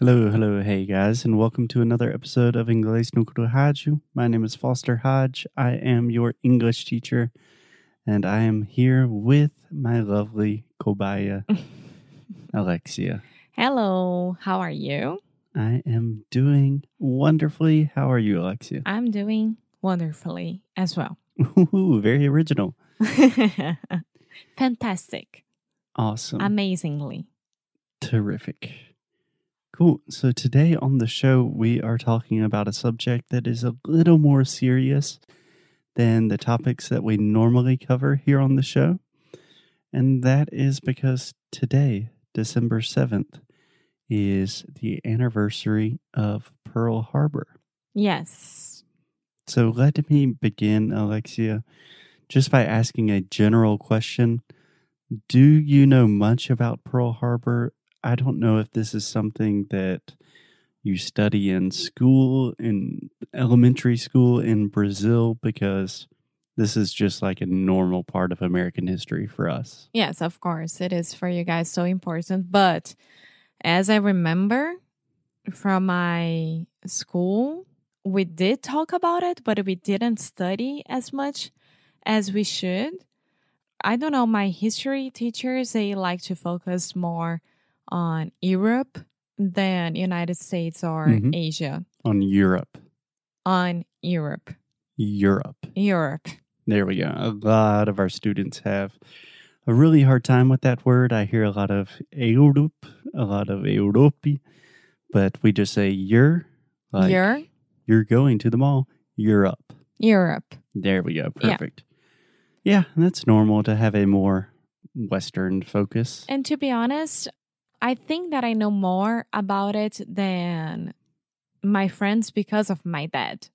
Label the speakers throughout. Speaker 1: Hello, hello, hey guys, and welcome to another episode of Inglés no Haju. My name is Foster Hodge. I am your English teacher, and I am here with my lovely Kobaya, Alexia.
Speaker 2: Hello, how are you?
Speaker 1: I am doing wonderfully. How are you, Alexia?
Speaker 2: I'm doing wonderfully as well.
Speaker 1: Ooh, very original.
Speaker 2: Fantastic.
Speaker 1: Awesome.
Speaker 2: Amazingly.
Speaker 1: Terrific. Cool. So today on the show, we are talking about a subject that is a little more serious than the topics that we normally cover here on the show. And that is because today, December 7th, is the anniversary of Pearl Harbor.
Speaker 2: Yes.
Speaker 1: So let me begin, Alexia, just by asking a general question. Do you know much about Pearl Harbor? I don't know if this is something that you study in school, in elementary school in Brazil, because this is just like a normal part of American history for us.
Speaker 2: Yes, of course. It is for you guys so important. But as I remember from my school, we did talk about it, but we didn't study as much as we should. I don't know, my history teachers, they like to focus more on Europe than United States or
Speaker 1: Mhm.
Speaker 2: Asia.
Speaker 1: On Europe.
Speaker 2: On Europe.
Speaker 1: Europe.
Speaker 2: Europe.
Speaker 1: There we go. A lot of our students have a really hard time with that word. I hear a lot of Europe, a lot of Europe, but we just say you're like
Speaker 2: Eur-
Speaker 1: you're going to the mall, you're up.
Speaker 2: Europe.
Speaker 1: There we go.
Speaker 2: Yeah.
Speaker 1: Perfect. Yeah, and that's normal to have a more Western focus.
Speaker 2: And to be honest, I think that I know more about it than my friends because of my dad.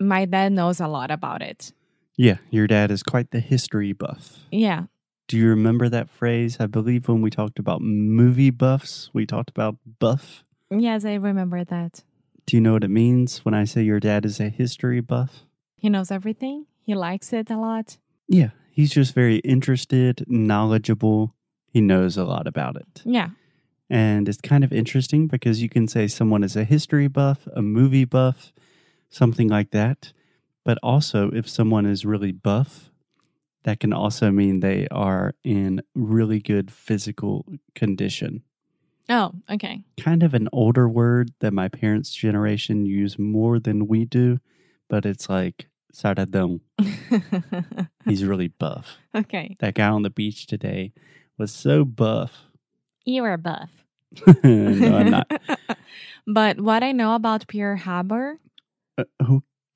Speaker 2: My dad knows a lot about it.
Speaker 1: Yeah, your dad is quite the history buff.
Speaker 2: Yeah.
Speaker 1: Do you remember that phrase? I believe when we talked about movie buffs, we talked about buff.
Speaker 2: Yes, I remember that.
Speaker 1: Do you know what it means when I say your dad is a history buff?
Speaker 2: He knows everything. He likes it a lot.
Speaker 1: Yeah, he's just very interested, knowledgeable. He knows a lot about it.
Speaker 2: Yeah.
Speaker 1: And it's kind of interesting because you can say someone is a history buff, a movie buff, something like that. But also, if someone is really buff, that can also mean they are in really good physical condition.
Speaker 2: Oh, okay.
Speaker 1: Kind of an older word that my parents' generation use more than we do, but it's like saradão. He's really buff.
Speaker 2: okay.
Speaker 1: that guy on the beach today was so buff.
Speaker 2: You are buff.
Speaker 1: no, I'm not.
Speaker 2: but what I know about Pierre Harbor,
Speaker 1: Uh,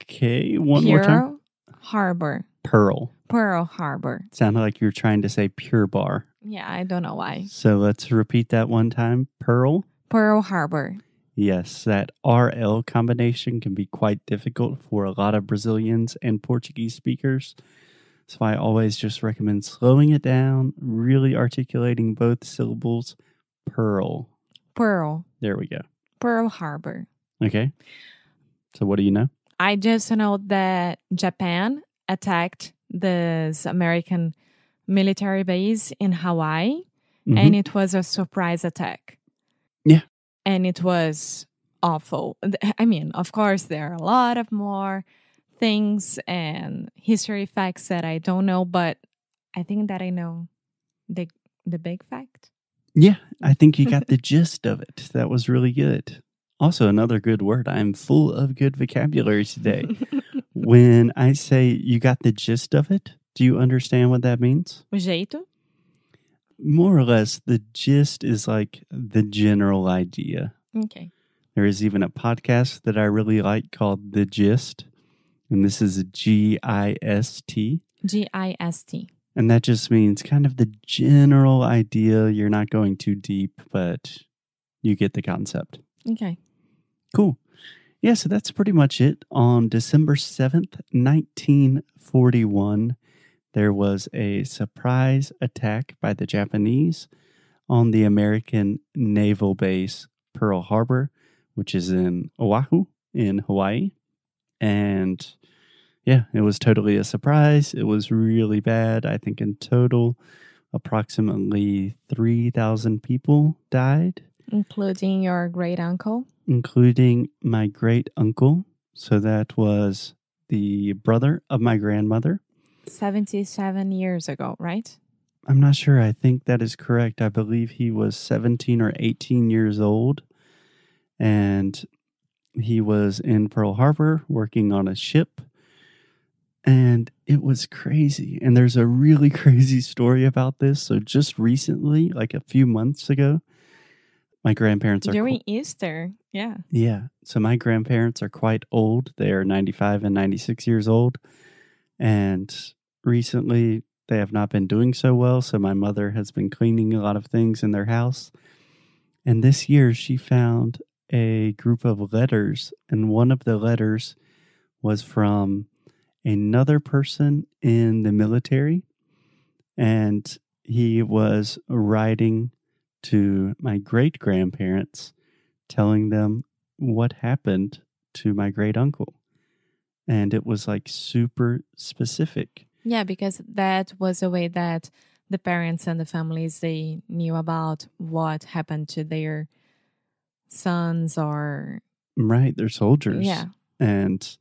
Speaker 1: okay, one
Speaker 2: Pierre
Speaker 1: more time.
Speaker 2: Harbor,
Speaker 1: Pearl.
Speaker 2: Pearl Harbor.
Speaker 1: Sounded like you were trying to say pure bar.
Speaker 2: Yeah, I don't know why.
Speaker 1: So let's repeat that one time. Pearl.
Speaker 2: Pearl Harbor.
Speaker 1: Yes, that RL combination can be quite difficult for a lot of Brazilians and Portuguese speakers. So I always just recommend slowing it down, really articulating both syllables. Pearl.
Speaker 2: Pearl.
Speaker 1: There we go.
Speaker 2: Pearl Harbor.
Speaker 1: Okay. So what do you know?
Speaker 2: I just know that Japan attacked this American military base in Hawaii
Speaker 1: Mhm.
Speaker 2: and it was a surprise attack.
Speaker 1: Yeah.
Speaker 2: And it was awful. Th- I mean, of course there are a lot of more things and history facts that I don't know, but I think that I know the the big fact.
Speaker 1: Yeah, I think you got the gist of it. That was really good. Also, another good word. I'm full of good vocabulary today. when I say you got the gist of it, do you understand what that means?
Speaker 2: o jeito.
Speaker 1: More or less, the gist is like the general idea.
Speaker 2: Okay.
Speaker 1: There is even a podcast that I really like called The Gist, and this is G I S T.
Speaker 2: G I S T.
Speaker 1: And that just means kind of the general idea. You're not going too deep, but you get the concept.
Speaker 2: Okay.
Speaker 1: Cool. Yeah, so that's pretty much it. On December 7th, 1941, there was a surprise attack by the Japanese on the American naval base Pearl Harbor, which is in Oahu in Hawaii. And yeah, it was totally a surprise. It was really bad. I think in total, approximately 3,000 people died.
Speaker 2: including your great uncle.
Speaker 1: including my great uncle. So that was the brother of my grandmother.
Speaker 2: 77 years ago, right?
Speaker 1: I'm not sure. I think that is correct. I believe he was 17 or 18 years old. And he was in Pearl Harbor working on a ship. And it was crazy. And there's a really crazy story about this. So, just recently, like a few months ago, my grandparents are.
Speaker 2: During Easter. Yeah.
Speaker 1: Yeah. So my grandparents are quite old. They are 95 and 96 years old. And recently they have not been doing so well. So my mother has been cleaning a lot of things in their house. And this year she found a group of letters. And one of the letters was from another person in the military. And he was writing to my great grandparents, telling them what happened to my great uncle. And it was like super specific.
Speaker 2: Yeah, because that was a way that the parents and the families they knew about what happened to their sons or
Speaker 1: Right. They're soldiers.
Speaker 2: yeah.
Speaker 1: And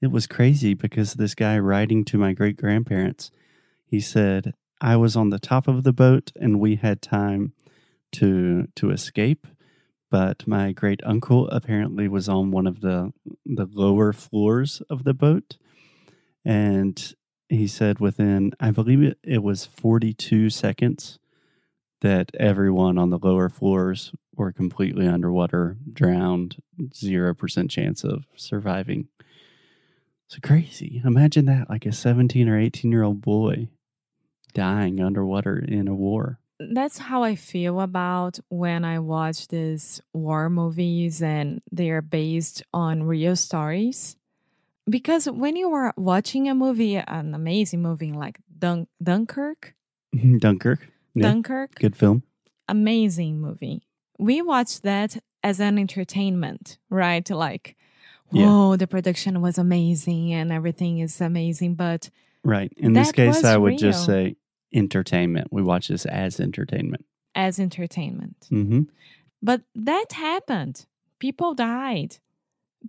Speaker 1: it was crazy because this guy writing to my great grandparents, he said, I was on the top of the boat and we had time to to escape, but my great uncle apparently was on one of the the lower floors of the boat. And he said within I believe it, it was 42 seconds that everyone on the lower floors were completely underwater, drowned, zero percent chance of surviving. So crazy. Imagine that, like a seventeen or eighteen year old boy dying underwater in a war.
Speaker 2: That's how I feel about when I watch these war movies and they are based on real stories. Because when you are watching a movie, an amazing movie like Dun- Dunkirk,
Speaker 1: Dunkirk, Yeah.
Speaker 2: Dunkirk,
Speaker 1: good film.
Speaker 2: amazing movie. We watched that as an entertainment, right? Like,
Speaker 1: Yeah.
Speaker 2: whoa, the production was amazing and everything is amazing. But
Speaker 1: Right. In this
Speaker 2: That
Speaker 1: case,
Speaker 2: was
Speaker 1: I would just
Speaker 2: real.
Speaker 1: say entertainment. We watch this as entertainment.
Speaker 2: as entertainment,
Speaker 1: Mm-hmm.
Speaker 2: but that happened. People died.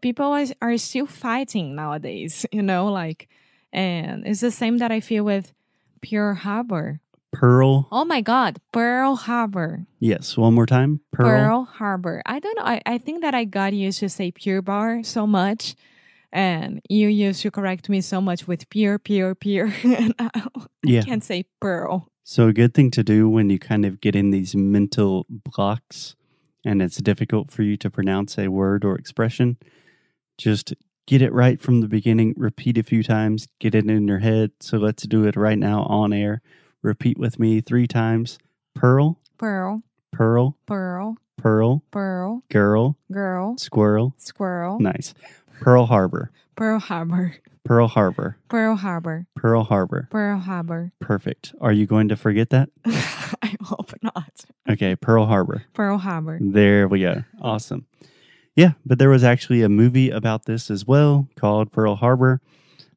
Speaker 2: People are, are still fighting nowadays, you know, like, and it's the same that I feel with Pearl Harbor.
Speaker 1: Pearl.
Speaker 2: Oh my God, Pearl Harbor.
Speaker 1: Yes. One more time. Pearl.
Speaker 2: Pearl Harbor. I don't know. I, I think that I got used to say pure bar so much. And you used to correct me so much with pure, pure, pure. and I
Speaker 1: Yeah.
Speaker 2: can't say pearl.
Speaker 1: So, a good thing to do when you kind of get in these mental blocks and it's difficult for you to pronounce a word or expression, just get it right from the beginning, repeat a few times, get it in your head. So, let's do it right now on air. Repeat with me three times Pearl,
Speaker 2: Pearl,
Speaker 1: Pearl,
Speaker 2: pearl,
Speaker 1: Pearl,
Speaker 2: pearl,
Speaker 1: Girl,
Speaker 2: girl,
Speaker 1: Squirrel.
Speaker 2: squirrel,
Speaker 1: Nice. Pearl Harbor,
Speaker 2: Pearl Harbor,
Speaker 1: Pearl Harbor,
Speaker 2: Pearl Harbor,
Speaker 1: Pearl Harbor.
Speaker 2: Pearl Harbor.
Speaker 1: Perfect. Are you going to forget that?
Speaker 2: I hope not.
Speaker 1: Okay, Pearl Harbor.
Speaker 2: Pearl Harbor.
Speaker 1: There we go. Awesome. Yeah, but there was actually a movie about this as well called Pearl Harbor.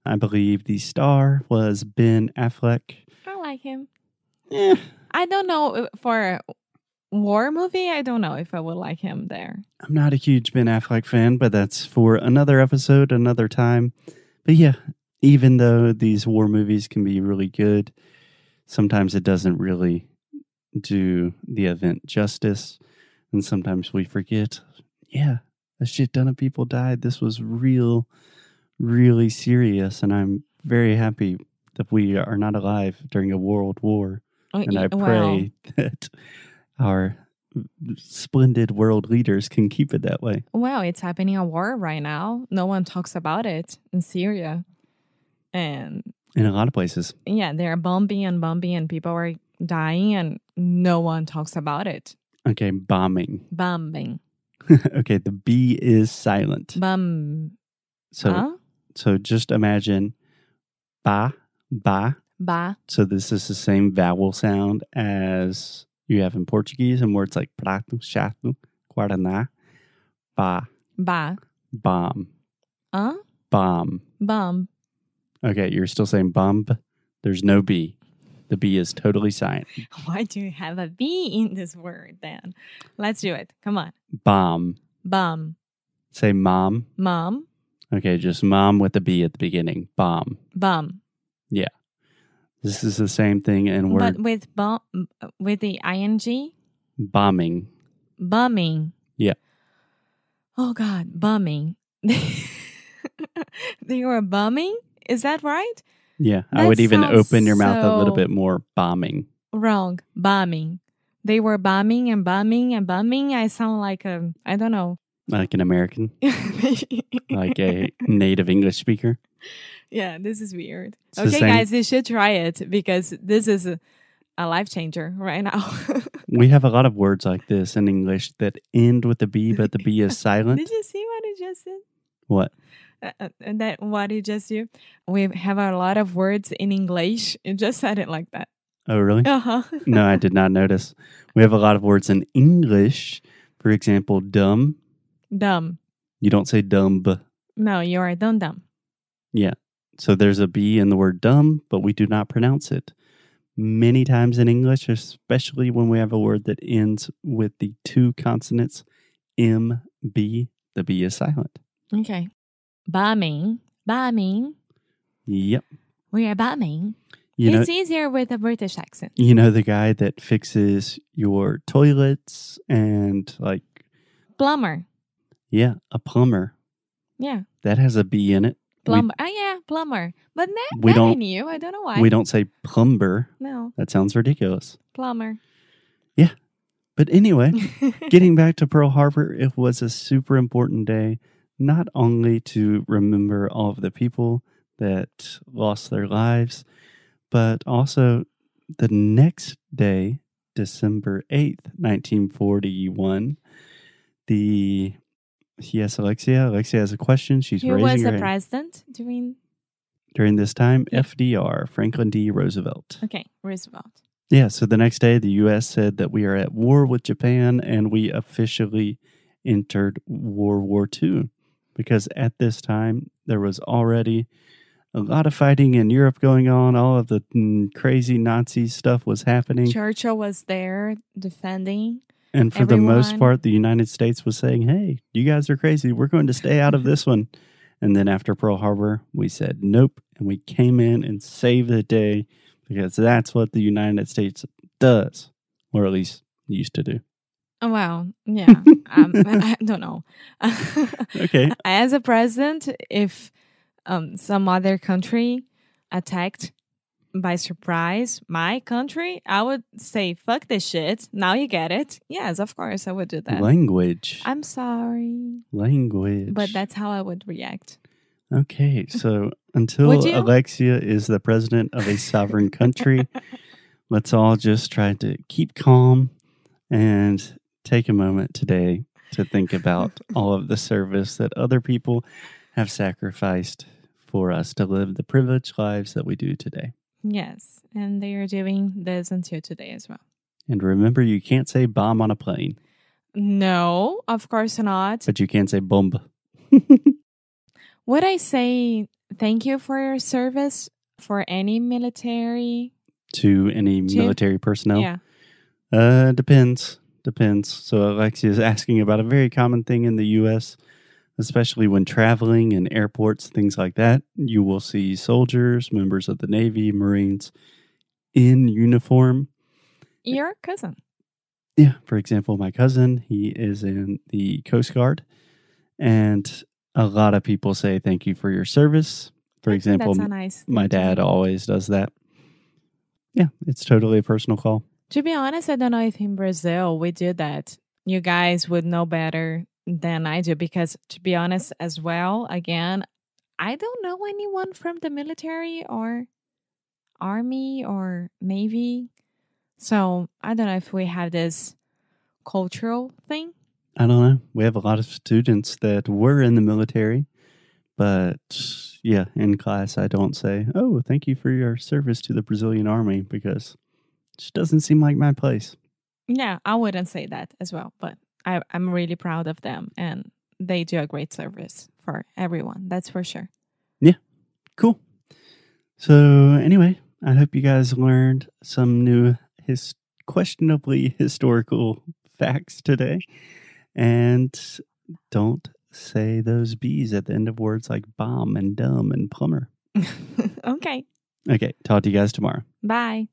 Speaker 1: I believe the star was Ben Affleck.
Speaker 2: I like him.
Speaker 1: Eh,
Speaker 2: I don't know uh, for a war movie. I don't know if I would like him there.
Speaker 1: I'm not a huge Ben Affleck fan, but that's for another episode, another time. But yeah, even though these war movies can be really good, sometimes it doesn't really do the event justice. And sometimes we forget, yeah, a shit ton of people died. This was real, really serious. And I'm very happy that we are not alive during a world war
Speaker 2: Oh,
Speaker 1: and
Speaker 2: y-
Speaker 1: I pray that our splendid world leaders can keep it that way.
Speaker 2: Well, it's happening a war right now. No one talks about it in Syria. And
Speaker 1: In a lot of places,
Speaker 2: yeah, they're bombing and bombing and people are dying and no one talks about it.
Speaker 1: okay, bombing.
Speaker 2: Bombing.
Speaker 1: okay, the B is silent.
Speaker 2: Bum
Speaker 1: So,
Speaker 2: huh?
Speaker 1: so just imagine ba ba.
Speaker 2: ba
Speaker 1: So this is the same vowel sound as you have in Portuguese and words like prato, chato, guaraná, ba,
Speaker 2: ba
Speaker 1: bomb,
Speaker 2: uh
Speaker 1: bomb.
Speaker 2: bum
Speaker 1: Okay, you're still saying bomb. There's no B. The B is totally silent.
Speaker 2: Why do you have a B in this word then? Let's do it. Come on.
Speaker 1: Bomb.
Speaker 2: Bum.
Speaker 1: Say mom.
Speaker 2: Mom.
Speaker 1: Okay, just mom with a B at the beginning. Bomb.
Speaker 2: Bum.
Speaker 1: This is the same thing in word
Speaker 2: But with bum with the ing,
Speaker 1: bombing.
Speaker 2: bumming.
Speaker 1: Yeah.
Speaker 2: Oh God, bumming. they were bumming. Is that right?
Speaker 1: Yeah, I
Speaker 2: That
Speaker 1: would even
Speaker 2: sounds
Speaker 1: open your mouth a little
Speaker 2: so-
Speaker 1: bit more. Bombing.
Speaker 2: Wrong. Bombing. They were bombing and bombing and bombing. I sound like a I don't know.
Speaker 1: Like an American, like a native English speaker.
Speaker 2: Yeah, this is weird.
Speaker 1: It's the
Speaker 2: okay,
Speaker 1: same-
Speaker 2: guys, you should try it because this is a, a life changer right now.
Speaker 1: We have a lot of words like this in English that end with a B, but the B is silent.
Speaker 2: Did you see what I just did?
Speaker 1: What?
Speaker 2: Uh, uh, and that what you just do? We have a lot of words in English. You just said it like that.
Speaker 1: Oh, really?
Speaker 2: Uh huh.
Speaker 1: No, I did not notice. We have a lot of words in English. For example, dumb.
Speaker 2: Dumb.
Speaker 1: You don't say dumb.
Speaker 2: No, you are dumb dumb.
Speaker 1: So there's a B in the word dumb, but we do not pronounce it. Many times in English, especially when we have a word that ends with the two consonants M, B, the B is silent.
Speaker 2: Okay. Bombing. Bombing.
Speaker 1: Yep.
Speaker 2: We are bombing.
Speaker 1: You know,
Speaker 2: it's easier with a British accent.
Speaker 1: you know the guy that fixes your toilets and like
Speaker 2: Plumber.
Speaker 1: yeah, a plumber.
Speaker 2: Yeah.
Speaker 1: That has a B in it. We-
Speaker 2: Plumber. oh, yeah. Plumber. But that,
Speaker 1: We
Speaker 2: that I
Speaker 1: don't-
Speaker 2: knew. I don't know why.
Speaker 1: We don't say plumber.
Speaker 2: No.
Speaker 1: That sounds ridiculous.
Speaker 2: Plumber.
Speaker 1: But anyway, getting back to Pearl Harbor, it was a super important day, not only to remember all of the people that lost their lives, but also the next day, December 8th, 1941, the. Yes, Alexia. Alexia has a question. She's
Speaker 2: Who was
Speaker 1: raising her
Speaker 2: the
Speaker 1: hand.
Speaker 2: president during?
Speaker 1: During this time,
Speaker 2: Yeah.
Speaker 1: FDR, Franklin D. Roosevelt.
Speaker 2: Okay, Roosevelt.
Speaker 1: Yeah, so the next day, the U.S. said that we are at war with Japan and we officially entered World War II because at this time there was already a lot of fighting in Europe going on. All of the mm, crazy Nazi stuff was happening.
Speaker 2: Churchill was there defending.
Speaker 1: And for the most
Speaker 2: Everyone.
Speaker 1: part, the United States was saying, hey, you guys are crazy. We're going to stay out of this one. And then after Pearl Harbor, we said nope. And we came in and saved the day because that's what the United States does, or at least used to do.
Speaker 2: Oh, wow. Yeah. um, I don't know.
Speaker 1: Okay.
Speaker 2: As a president, if um, some other country attacked by surprise my country, I would say, fuck this shit. Now you get it. Yes, of course, I would do that.
Speaker 1: Language.
Speaker 2: I'm sorry.
Speaker 1: Language.
Speaker 2: But that's how I would react.
Speaker 1: Okay. So until
Speaker 2: Would you?
Speaker 1: Alexia is the president of a sovereign country, let's all just try to keep calm and take a moment today to think about all of the service that other people have sacrificed for us to live the privileged lives that we do today.
Speaker 2: Yes. And they are doing this until today as well.
Speaker 1: And remember, you can't say bomb on a plane,
Speaker 2: No, of course not.
Speaker 1: but you can say bomb.
Speaker 2: Would I say thank you for your service for any military?
Speaker 1: to any
Speaker 2: To-
Speaker 1: military personnel.
Speaker 2: Yeah.
Speaker 1: Uh, depends. Depends. So Alexia is asking about a very common thing in the U.S., especially when traveling in airports, things like that. You will see soldiers, members of the Navy, Marines, in uniform.
Speaker 2: Your cousin.
Speaker 1: Yeah. For example, my cousin, he is in the Coast Guard, and a lot of people say thank you for your service. For
Speaker 2: I think
Speaker 1: example,
Speaker 2: that's a nice.
Speaker 1: my
Speaker 2: thing to
Speaker 1: dad
Speaker 2: do.
Speaker 1: always does that. Yeah, it's totally a personal call.
Speaker 2: To be honest, I don't know if in Brazil we do that. You guys would know better than I do because, to be honest, as well, again, I don't know anyone from the military or army or navy. So I don't know if we have this cultural thing.
Speaker 1: I don't know. We have a lot of students that were in the military, but yeah, in class, I don't say, oh, thank you for your service to the Brazilian army because it just doesn't seem like my place.
Speaker 2: Yeah, I wouldn't say that as well, but I, I'm really proud of them and they do a great service for everyone. That's for sure.
Speaker 1: Cool. So, anyway, I hope you guys learned some new his questionably historical facts today. And don't say those B's at the end of words like bomb and dumb and plumber.
Speaker 2: okay.
Speaker 1: Okay, talk to you guys tomorrow.
Speaker 2: Bye.